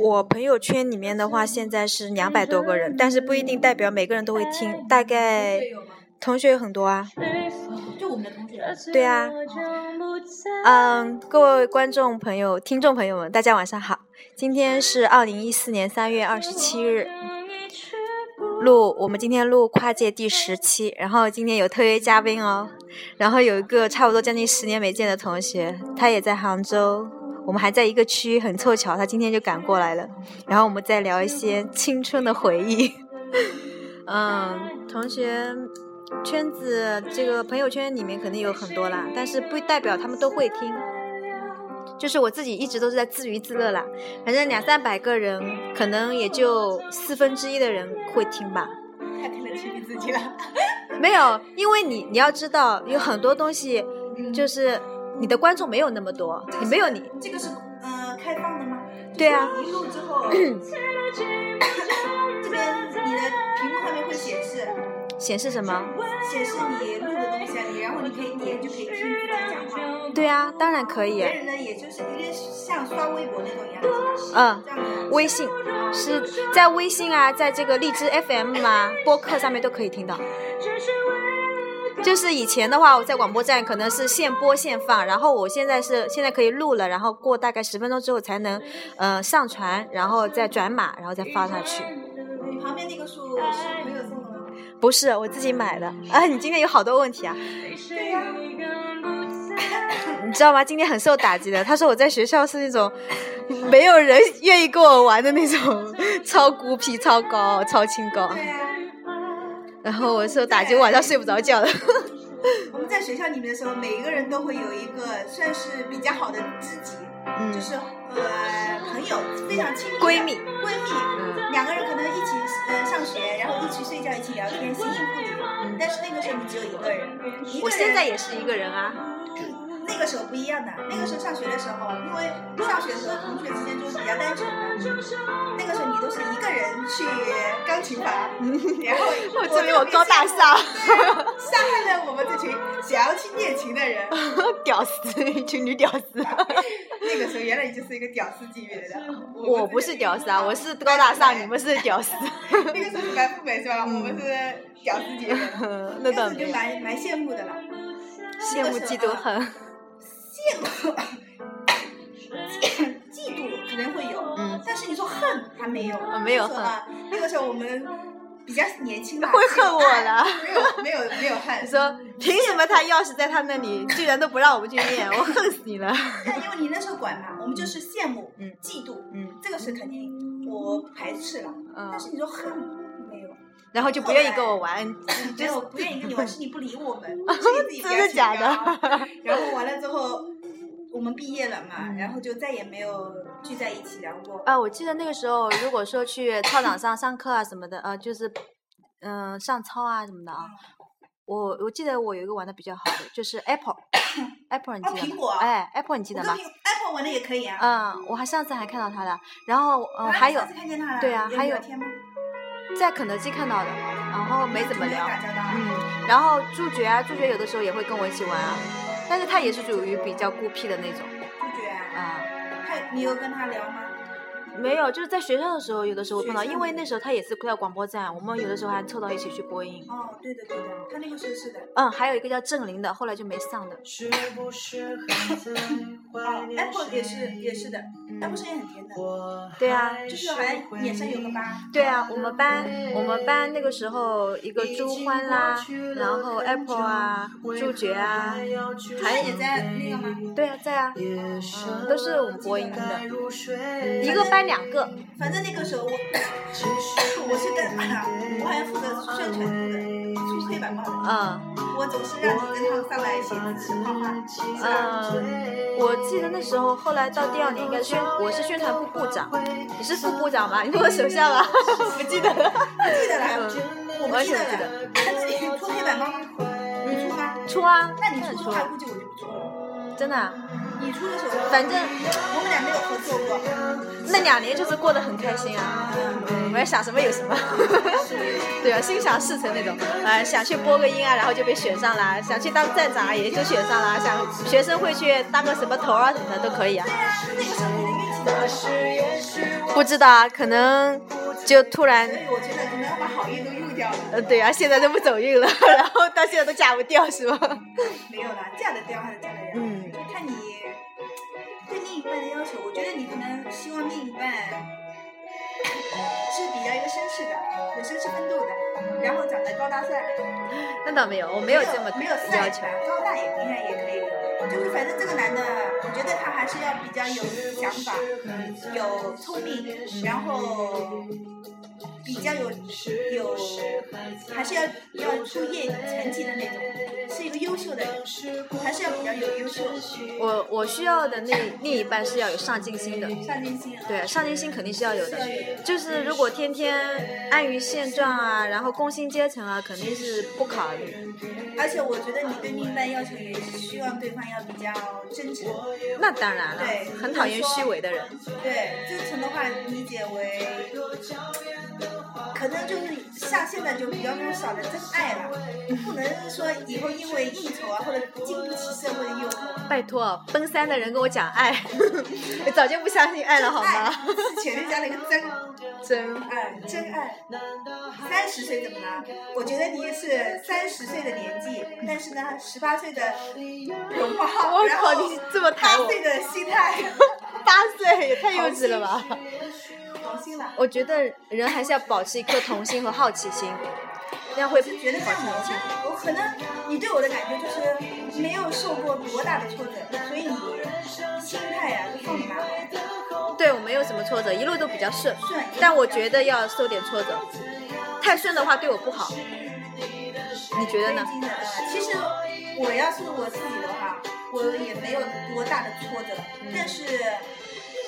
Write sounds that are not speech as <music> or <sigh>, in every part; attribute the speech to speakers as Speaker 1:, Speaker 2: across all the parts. Speaker 1: 我朋友圈里面的话，现在是两百多个人，但是不一定代表每个人都会听，大概同学有很多啊。
Speaker 2: 就我们的同学。
Speaker 1: 对啊，嗯，各位观众朋友、听众朋友们，大家晚上好。今天是二零一四年三月二十七日，录我们今天录跨界第十期，然后今天有特约嘉宾哦，然后有一个差不多将近十年没见的同学，他也在杭州，我们还在一个区，很凑巧，他今天就赶过来了，然后我们再聊一些青春的回忆。嗯，同学圈子这个朋友圈里面肯定有很多啦，但是不代表他们都会听。就是我自己一直都是在自娱自乐啦，反正两三百个人，可能也就四分之一的人会听吧。
Speaker 2: 太看得起你自己了。
Speaker 1: 没有，因为你你要知道，有很多东西就是你的观众没有那么多，你没有你，
Speaker 2: <laughs> 这个是呃开放的吗？就是
Speaker 1: 对啊
Speaker 2: 一录之后，这边你的屏幕上面会显示
Speaker 1: 显示什么？
Speaker 2: 显示你录的东西啊，你然后你可以点就可以听自己讲话。
Speaker 1: 对啊，当然可以
Speaker 2: 别。人呢，也就是一个像刷微博那种一样子，
Speaker 1: 嗯
Speaker 2: 这，样子。
Speaker 1: 微信是在微信啊，在这个荔枝 FM 啊、播客上面都可以听到。就是以前的话，我在广播站可能是现播现放，然后我现在是现在可以录了，然后过大概十分钟之后才能，呃，上传，然后再转码，然后再发上去。
Speaker 2: 你旁边那个树是朋友送的吗？
Speaker 1: 不是我自己买的啊！你今天有好多问题啊，
Speaker 2: 对呀、
Speaker 1: 你知道吗？今天很受打击的。他说我在学校是那种没有人愿意跟我玩的那种，超孤僻、超高、超清高。
Speaker 2: 对啊呀、
Speaker 1: 然后我受打击，我晚上睡不着觉了。
Speaker 2: 我们在学校里面的时候，每一个人都会有一个算是比较好的知己，
Speaker 1: 嗯
Speaker 2: 就是呃朋友，非常亲密的
Speaker 1: 闺蜜
Speaker 2: 闺蜜，
Speaker 1: 嗯
Speaker 2: 两个人可能一起呃上学，然后一起睡觉，一起聊天，形影不离。但是那个时候你只有一个人，一个
Speaker 1: 嗯我现
Speaker 2: 人嗯
Speaker 1: 在也是一个人啊，
Speaker 2: 那个时候不一样的，那个时候上学的时候，因为上学的时候同学之间就是比较单纯的，那个时候你都是一个人去钢琴房，然后
Speaker 1: <laughs> 我
Speaker 2: 就
Speaker 1: 证明我高大上， <laughs>
Speaker 2: 伤害了我们这群想要去练琴的
Speaker 1: <laughs>
Speaker 2: 人。
Speaker 1: 屌丝，一群女屌 <laughs> 丝。
Speaker 2: <laughs> 那个时候原来你就是一个屌丝级别的，
Speaker 1: 我不是屌丝啊，我是高大上，你嗯们是屌 <laughs> 丝。
Speaker 2: 那个时候是白富美是吧？我们是屌丝级别
Speaker 1: <laughs>
Speaker 2: 的，
Speaker 1: 那倒
Speaker 2: 时候就
Speaker 1: 没，
Speaker 2: 蛮蛮羡慕的了。
Speaker 1: 羡慕嫉妒恨。 <laughs>
Speaker 2: 羡慕、嫉妒可能会有，
Speaker 1: 嗯
Speaker 2: 但是你说恨还没有，
Speaker 1: 啊没有
Speaker 2: 就是说啊。那个时候我们比较年轻嘛，
Speaker 1: 会恨我的
Speaker 2: 没有没有没有恨
Speaker 1: 你，说凭什么他钥匙在他那里，居然都不让我们去练？我恨死你了！
Speaker 2: 但因为你那时候管嘛，我们就是羡慕、
Speaker 1: 嗯
Speaker 2: 嫉妒，
Speaker 1: 嗯
Speaker 2: 这个是肯定我不排斥了。但
Speaker 1: 嗯，
Speaker 2: 是你说恨没有，
Speaker 1: 然后就不愿意跟我玩，
Speaker 2: 没有不愿意跟你玩，是你不理
Speaker 1: <laughs>
Speaker 2: 我们，是你自己比较
Speaker 1: 真的假
Speaker 2: 清高
Speaker 1: 的？
Speaker 2: 然后完了之
Speaker 1: <laughs>
Speaker 2: 后，我们毕业了嘛，
Speaker 1: 嗯
Speaker 2: 然后就再也没有聚在一起聊过。
Speaker 1: 啊，我记得那个时候，如果说去操场上上课啊什么的，呃，就是，嗯、上操啊什么的啊。
Speaker 2: 嗯
Speaker 1: 我我记得我有一个玩的比较好的，就是
Speaker 2: <coughs>
Speaker 1: Apple，Apple 你记得
Speaker 2: 苹
Speaker 1: 吗？
Speaker 2: 果啊
Speaker 1: 哎，Apple 你记
Speaker 2: 我
Speaker 1: 得
Speaker 2: 跟
Speaker 1: 吗？
Speaker 2: 苹 Apple 玩的也可以啊。
Speaker 1: 嗯，我还上次还看到他的，然后嗯、呃还有
Speaker 2: 上次看见他了。
Speaker 1: 对啊
Speaker 2: 有
Speaker 1: 还有
Speaker 2: 聊天吗？
Speaker 1: 在肯德基看到的，然后没怎么聊
Speaker 2: 没。打交道啊。
Speaker 1: 嗯，然后朱爵啊，朱爵有的时候也会跟我一起玩啊，但是他也是属于比较孤僻的那种
Speaker 2: 朱爵啊，
Speaker 1: 啊、
Speaker 2: 他你有跟他聊吗？
Speaker 1: 没有，就是在学校的时候，有的时候会碰到，
Speaker 2: 学校
Speaker 1: 因为那时候他也是在广播站，我们有的时候还凑到一起去播音。
Speaker 2: 哦，对的对的，他那个时候是的。
Speaker 1: 嗯，还有一个叫郑林的，后来就没上的。
Speaker 3: 是不是很在怀
Speaker 2: 哦
Speaker 3: 念
Speaker 2: ，Apple 也是也是的，Apple
Speaker 1: 嗯，
Speaker 2: 声音很甜的，
Speaker 3: 我
Speaker 1: 对啊
Speaker 2: 就是好像脸上有个疤。
Speaker 1: 对啊，我们班我们班那个时候一个朱欢啦，然后 Apple 啊，朱爵啊，
Speaker 2: 还有也在那个吗？
Speaker 1: 对啊，在啊，嗯，都是我们播音的，一个班两个。
Speaker 2: 反正那个时候我 <coughs> 我是跟 <coughs> 啊我好像负责宣传部的，出黑板报的。
Speaker 1: 嗯
Speaker 2: 我总是让你跟他们上来写字、画画。
Speaker 1: 嗯，我记得那时候，后来到第二年应该是宣，我是宣传部部长，你是副部长吧？你握手下 <laughs> 吧，啊不记得 <laughs> 了。
Speaker 2: <laughs> 记得啦，我不
Speaker 1: 完
Speaker 2: 记
Speaker 1: 全
Speaker 2: 得
Speaker 1: 不记
Speaker 2: 了。那你出
Speaker 1: 得
Speaker 2: 黑板报吗？你出吗？
Speaker 1: 出啊，
Speaker 2: 那你
Speaker 1: 当然
Speaker 2: 出的话，估计我就不出了。
Speaker 1: 真的、啊，
Speaker 2: 你出的时候，
Speaker 1: 反正
Speaker 2: 我们俩没有合作过。嗯
Speaker 1: 那两年就是过得很开心啊，我要想什么有什么， <laughs> 对啊，心想事成那种，呃，想去播个音啊，然后就被选上啦，想去当站长啊也就选上啦，想学生会去当个什么头啊什么的都可以啊，
Speaker 2: 对啊，那个时候你的运气
Speaker 1: 不知道啊，可能就突然
Speaker 2: 所以我觉得可能要把好运都用掉了。
Speaker 1: 呃，对啊，现在都不走运了， <laughs> 然后到现在都嫁不掉是吗？
Speaker 2: 没有啦，嫁得掉还是嫁得人，
Speaker 1: 嗯
Speaker 2: 就看你对另一半的要求。我觉得你可能希望另一半是比较一个绅士的，有绅士风度的，然后长得高大帅，
Speaker 1: <laughs> 那倒没有，我没
Speaker 2: 没
Speaker 1: 有这么
Speaker 2: 没有
Speaker 1: 要
Speaker 2: 帅
Speaker 1: 求。
Speaker 2: 吧，高大也应该也可以。就是反正这个男的，我觉得他还是要比较有想法，有聪明，然后比较有有，还是要要出业成绩的那种，是一个优秀的人，还是要比较有优秀，
Speaker 1: 我我需要的那另一半是要有上进心的，
Speaker 2: 上进心啊。
Speaker 1: 对，上进心肯定是要有的。就是如果天天安于现状啊，然后工薪阶层啊，肯定是不考虑。
Speaker 2: 而且我觉得你对另一半要求也是希望对方要比较真诚，
Speaker 1: 那当然了
Speaker 2: 对，
Speaker 1: 很讨厌虚伪的人。
Speaker 2: 对，真诚的话理解为，可能就是像现在就比较少的真爱了，不能说以后因为应酬啊或者经不起社会的诱惑，
Speaker 1: 拜托，奔三的人跟我讲爱， <laughs> 我早就不相信爱了好
Speaker 2: 爱
Speaker 1: 吗？
Speaker 2: 是前面加了一个真，
Speaker 1: <laughs> 真
Speaker 2: 哎，真爱。呃三十岁怎么了？我觉得你是三十岁的年纪，但是呢，十八岁的容貌，
Speaker 1: 我
Speaker 2: 然
Speaker 1: 靠，
Speaker 2: 后
Speaker 1: 你这么
Speaker 2: 八
Speaker 1: 谈我，
Speaker 2: 岁的心态，
Speaker 1: 八岁也太幼稚了吧！
Speaker 2: 童心了。
Speaker 1: 我觉得人还是要保持一颗童心和好奇心，那样会
Speaker 2: 我是觉得像我呢，我可能你对我的感觉就是没有受过多大的挫折，所以你心态呀、就放得蛮好的，
Speaker 1: 对我没有什么挫折，一路都比较顺。
Speaker 2: 顺。
Speaker 1: 但我觉得要受点挫折，太顺的话对我不好。你觉得呢？
Speaker 2: 精神的话，其实我要是我自己的话，我也没有多大的挫折，
Speaker 1: 嗯
Speaker 2: 但是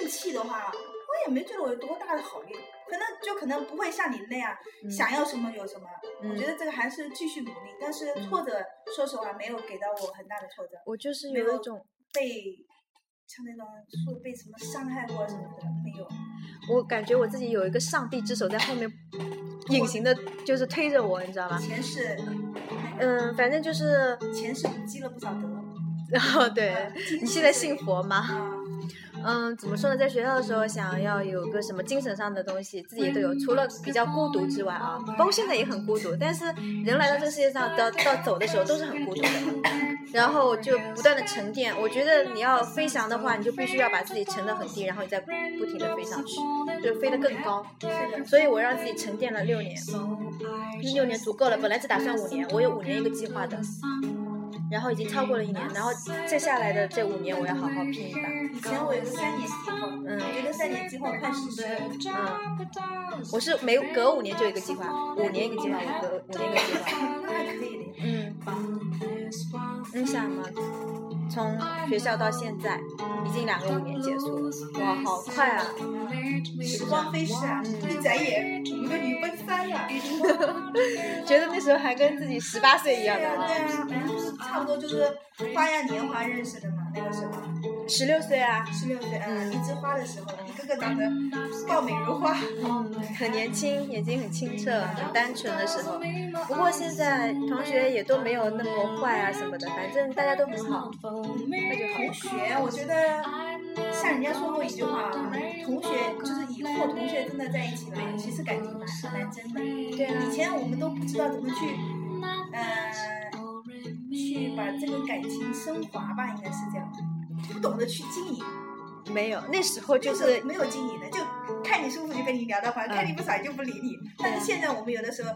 Speaker 2: 运气的话，我也没觉得我有多大的好运，可能就可能不会像你那样、
Speaker 1: 嗯
Speaker 2: 想要什么有什么。我觉
Speaker 1: 嗯，
Speaker 2: 得这个还是继续努力，但是挫折，说实话没有给到我很大的挫折。
Speaker 1: 我就是有一种，
Speaker 2: 被像那种说被什么伤害过什么的没有，
Speaker 1: 我感觉我自己有一个上帝之手在后面，隐形的，就是推着我，你知道吗？
Speaker 2: 前世
Speaker 1: 嗯，反正就是，
Speaker 2: 前世积了不少德。
Speaker 1: 然后哦对
Speaker 2: 啊今世
Speaker 1: <laughs> 你现在信佛吗？
Speaker 2: 啊，
Speaker 1: 嗯，怎么说呢？在学校的时候，想要有个什么精神上的东西，自己也都有。除了比较孤独之外啊，包括现在也很孤独。但是人来到这个世界上，到到走的时候都是很孤独的。然后就不断的沉淀。我觉得你要飞翔的话，你就必须要把自己沉得很低，然后你再不停的飞上去，就飞得更高。所以我让自己沉淀了六年，六年足够了。本来只打算五年，我有五年一个计划的，然后已经超过了一年。然后接下来的这五年，我要好好拼一把。
Speaker 2: 以前我有个三年计划，
Speaker 1: 嗯
Speaker 2: 我觉得三年计划快实施。
Speaker 1: 嗯，我是每隔五年就有一个计划，五年一个计划，我隔五年一个计划。
Speaker 2: 那还可以的，
Speaker 1: 嗯，你想嘛，从学校到现在已经两个五年结束了，哇，好快啊！
Speaker 2: 时光飞逝啊，
Speaker 1: 嗯
Speaker 2: 一眨眼我们就女奔三了。
Speaker 1: 觉得那时候还跟自己十八岁一样
Speaker 2: 对啊，
Speaker 1: 呢，
Speaker 2: 对 <laughs> 啊，我们就是差不多就是花样年华认识的嘛，那个时候
Speaker 1: 十六岁啊，
Speaker 2: 十六岁啊，
Speaker 1: 嗯
Speaker 2: 一枝花的时候，一个个长得貌美如花。
Speaker 1: 很年轻，眼睛很清澈，很单纯的时候。不过现在同学也都没有那么坏啊什么的，反正大家都很好，那就好
Speaker 2: 同。学，我觉得像人家说过一句话，同学就是以后同学真的在一起了，其实感情蛮蛮真的。
Speaker 1: 对啊
Speaker 2: 以前我们都不知道怎么去，呃，去把这个感情升华吧，应该是这样，不懂得去经营，
Speaker 1: 没有，那时候就
Speaker 2: 就是
Speaker 1: 是
Speaker 2: 没有经营的，就看你舒服就跟你聊到话，看你不爽就不理你。但是现在我们有的时候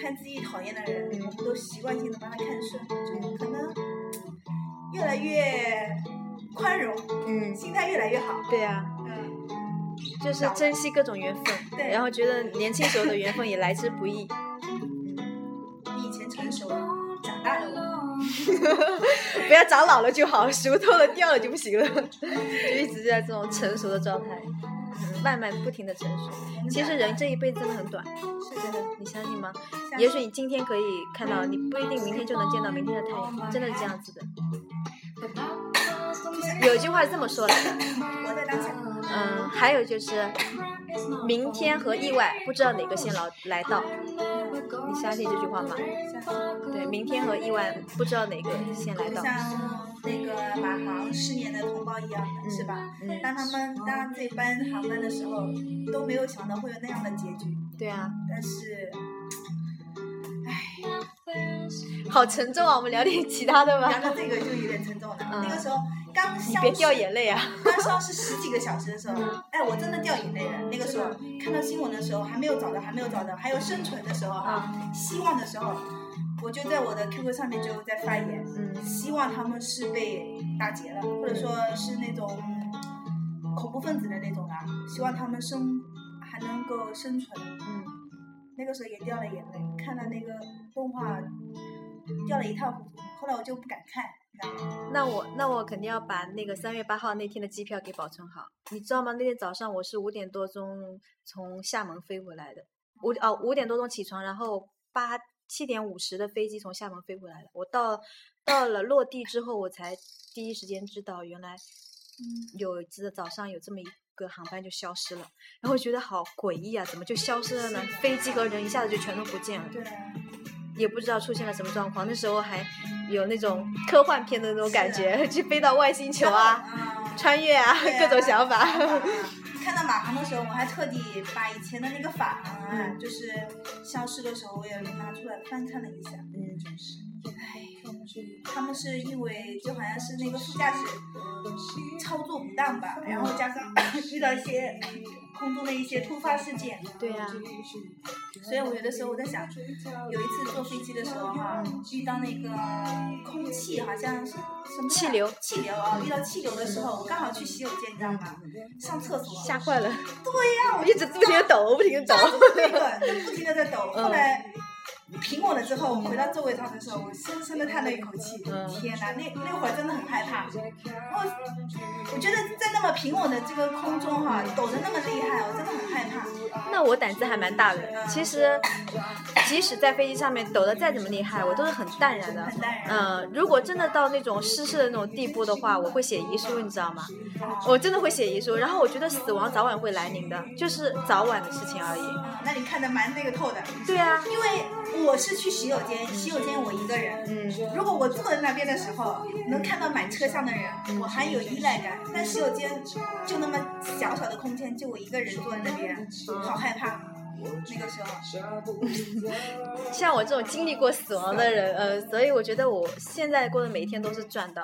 Speaker 2: 看自己讨厌的人，我们都习惯性的帮他看顺，就可能越来越宽容。
Speaker 1: 嗯，
Speaker 2: 心态越来越好。
Speaker 1: 对啊。
Speaker 2: 嗯，
Speaker 1: 就是珍惜各种缘分，
Speaker 2: 对
Speaker 1: 然后觉得年轻时候的缘分也来之不易。
Speaker 2: 比以前成熟了，长大了。
Speaker 1: 不要长老了就好， <laughs> 熟透了掉了就不行了， <laughs> 就一直在这种成熟的状态，嗯慢慢不停的成熟。其实人这一辈子真的很短，
Speaker 2: 是的，
Speaker 1: 你相信吗？
Speaker 2: 像
Speaker 1: 也许你今天可以看到，你不一定明天就能见到明天的太阳，真的是这样子的。有一句话是这么说来的，
Speaker 2: 活在当下，
Speaker 1: 嗯，还有就是，明天和意外不知道哪个先来来到，你相信这句话吗？
Speaker 2: 像
Speaker 1: 对，明天和意外不知道哪个先来
Speaker 2: 就
Speaker 1: 到。
Speaker 2: 像那个马航失联的同胞一样的，是吧？
Speaker 1: 嗯
Speaker 2: 当他们搭这班航班的时候，都没有想到会有那样的结局。
Speaker 1: 对啊，
Speaker 2: 但是，唉，
Speaker 1: 好沉重啊！我们聊点其他的
Speaker 2: 聊 <laughs>
Speaker 1: 吧，
Speaker 2: 到这个就有点沉重了。
Speaker 1: 嗯
Speaker 2: 那个时候刚
Speaker 1: 你
Speaker 2: 消
Speaker 1: 别
Speaker 2: 失
Speaker 1: 掉眼嗯泪啊！
Speaker 2: 刚消失十几个小时的时候，哎，我真的掉眼泪了。那个时候看到新闻的时候，还没有找到，还没有找到，还有生存的时候
Speaker 1: 嗯
Speaker 2: 啊，希望的时候，我就在我的 QQ 上面就在发言，
Speaker 1: 嗯
Speaker 2: 希望他们是被打劫了，或者说是那种恐怖分子的那种啊，希望他们生还能够生存。
Speaker 1: 嗯，
Speaker 2: 那个时候也掉了眼泪，看了那个动画，掉了一塌糊涂。后来我就不敢看，你知道吗？
Speaker 1: 那我那我肯定要把那个三月八号那天的机票给保存好，你知道吗？那天早上我是五点多钟从厦门飞回来的，五哦五点多钟起床，然后八七点五十的飞机从厦门飞回来的。我到到了落地之后，我才第一时间知道原来有这早上有这么一个航班就消失了，然后我觉得好诡异啊，怎么就消失了呢？飞机和人一下子就全都不见了。
Speaker 2: 对啊，
Speaker 1: 也不知道出现了什么状况。那时候还有那种科幻片的那种感觉， <laughs> 去飞到外星球啊、
Speaker 2: 啊
Speaker 1: 穿越啊，
Speaker 2: 对啊
Speaker 1: 各种想法。
Speaker 2: <laughs> 看到马航的时候，我还特地把以前的那个法航啊，
Speaker 1: 嗯
Speaker 2: 就是消失的时候，我也拿出来翻看了一下。
Speaker 1: 嗯，
Speaker 2: 唉，他们是因为就好像是那个副驾驶操作不当吧，然后加上遇到一些空中的一些突发事件，
Speaker 1: 对呀、
Speaker 2: 所以我有的时候我在想，有一次坐飞机的时候哦哈、遇到那个空气好像是什么呀
Speaker 1: 气流
Speaker 2: 气流啊，遇到气流的时候，我刚好去洗手间，你知道吗？上厕所，
Speaker 1: 吓坏了，
Speaker 2: 对呀、我
Speaker 1: 一直不停的抖，不停的抖。
Speaker 2: 那个不停的在抖，
Speaker 1: 嗯
Speaker 2: 后来平稳了之后，我回到座位上的时候，我深深的叹了一口气，
Speaker 1: 嗯
Speaker 2: 天哪，那那会儿真的很害怕。然后我觉得在那么平稳的这个空中哈、抖得那么厉害，我真的很害怕。
Speaker 1: 那我胆子还蛮大的，其实即使在飞机上面抖得再怎么厉害，我都是很淡然的。
Speaker 2: 很淡然
Speaker 1: 嗯，如果真的到那种失事的那种地步的话，我会写遗书，你知道吗？
Speaker 2: 哦
Speaker 1: 我真的会写遗书。然后我觉得死亡早晚会来临的，就是早晚的事情而已。
Speaker 2: 嗯那你看得蛮那个透的，
Speaker 1: 对啊，
Speaker 2: 因为我是去洗手间，洗手间我一个人。
Speaker 1: 嗯，
Speaker 2: 如果我坐在那边的时候能看到满车厢的人，我还有依赖感。但洗手间就那么小小的空间，就我一个人坐在那边，好害怕。那个时候，
Speaker 1: 像我这种经历过死亡的人，呃，所以我觉得我现在过的每一天都是赚到。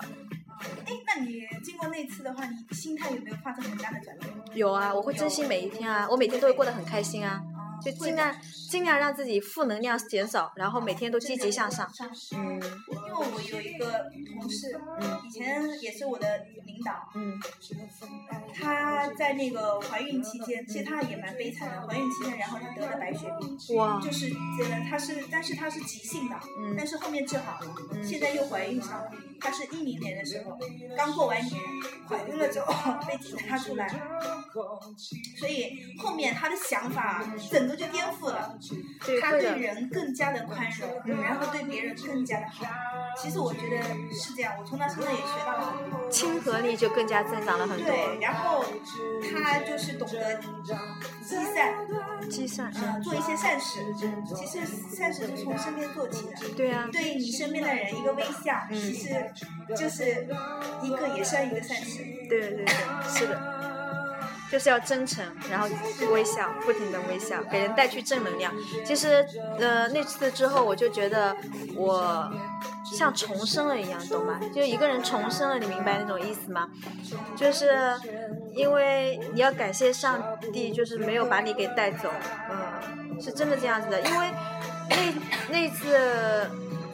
Speaker 2: 哎，那你经过那次的话，你心态有没有发生很大的转变？
Speaker 1: 有啊，我会珍惜每一天啊，我每天都会过得很开心啊，
Speaker 2: 啊
Speaker 1: 就尽量尽量让自己负能量减少，然后每天都积极向上。。嗯
Speaker 2: 因为我有一个同事，
Speaker 1: 嗯
Speaker 2: 以前也是我的领导，
Speaker 1: 嗯
Speaker 2: 她在那个怀孕期间，其实她也蛮悲惨的。怀孕期间，然后她得了白血病，
Speaker 1: 嗯哇
Speaker 2: 就是呃，她是，但是她是急性的，
Speaker 1: 嗯
Speaker 2: 但是后面治好了，
Speaker 1: 嗯
Speaker 2: 现在又怀孕上了。她是一零年的时候，刚过完年，怀孕了之后被检查出来，所以后面她的想法整个就颠覆了。
Speaker 1: 对
Speaker 2: 她
Speaker 1: 会
Speaker 2: 对
Speaker 1: 的
Speaker 2: 人更加的宽容，然后对别人更加的好。其实我觉得是这样，我从她身上也学到了很多。
Speaker 1: 亲和力就更加增长了很
Speaker 2: 对，
Speaker 1: 多。
Speaker 2: 然后他就是懂得积善，
Speaker 1: 积善，
Speaker 2: 嗯，做一些善事。其实善事是从身边做起的。
Speaker 1: 对啊，
Speaker 2: 对你身边的人一个微笑，
Speaker 1: 嗯
Speaker 2: 其实就是一个也算一个善事。
Speaker 1: 对对对，是的，就是要真诚，然后微笑，不停的微笑，给人带去正能量。其实，呃，那次之后，我就觉得我像重生了一样，懂吗？就一个人重生了，你明白那种意思吗？就是因为你要感谢上帝，就是没有把你给带走，嗯，是真的这样子的。因为那那次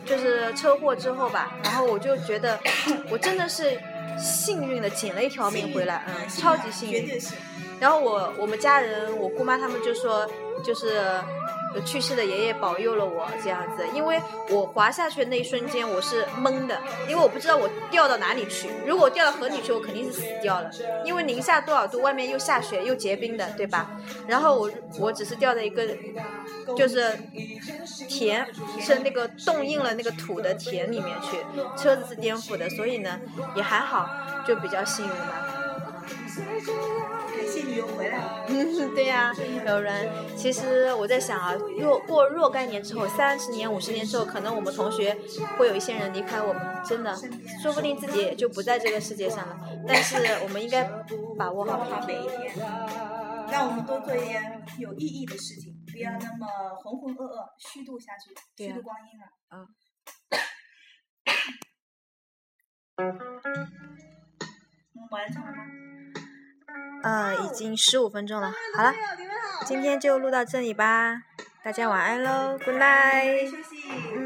Speaker 1: 就是车祸之后吧，然后我就觉得 <coughs> 我真的是幸运的捡了一条命回来，嗯，
Speaker 2: 幸运
Speaker 1: 超级幸
Speaker 2: 绝
Speaker 1: 运
Speaker 2: 对。是。
Speaker 1: 然后我我们家人，我姑妈他们就说，就是呃去世的爷爷保佑了我这样子，因为我滑下去的那一瞬间我是懵的，因为我不知道我掉到哪里去。如果我掉到河里去，我肯定是死掉了，因为零下多少度，外面又下雪又结冰的，对吧？然后我我只是掉在一个就是田，是那个冻硬了那个土的田里面去，车子是颠覆的，所以呢也还好，就比较幸运吧。嗯
Speaker 2: 感谢你又回来了。
Speaker 1: 嗯， <laughs> 对呀、有人。其实我在想啊，若过若干年之后，三十年、五十年之后，可能我们同学会有一些人离开我们，真的，说不定自己也就不在这个世界上了。但是我们应该把握
Speaker 2: 好
Speaker 1: 好
Speaker 2: 好每一天，让我们多做一点有意义的事情，不要那么浑浑噩噩、虚度下去，
Speaker 1: 对啊
Speaker 2: 虚
Speaker 1: 呀
Speaker 2: 度光阴了。啊 <coughs> 嗯，完成了吗？
Speaker 1: 嗯，已经十五分钟了，好了，今天就录到这里吧，大家晚安喽，Good night。嗯
Speaker 2: 休息。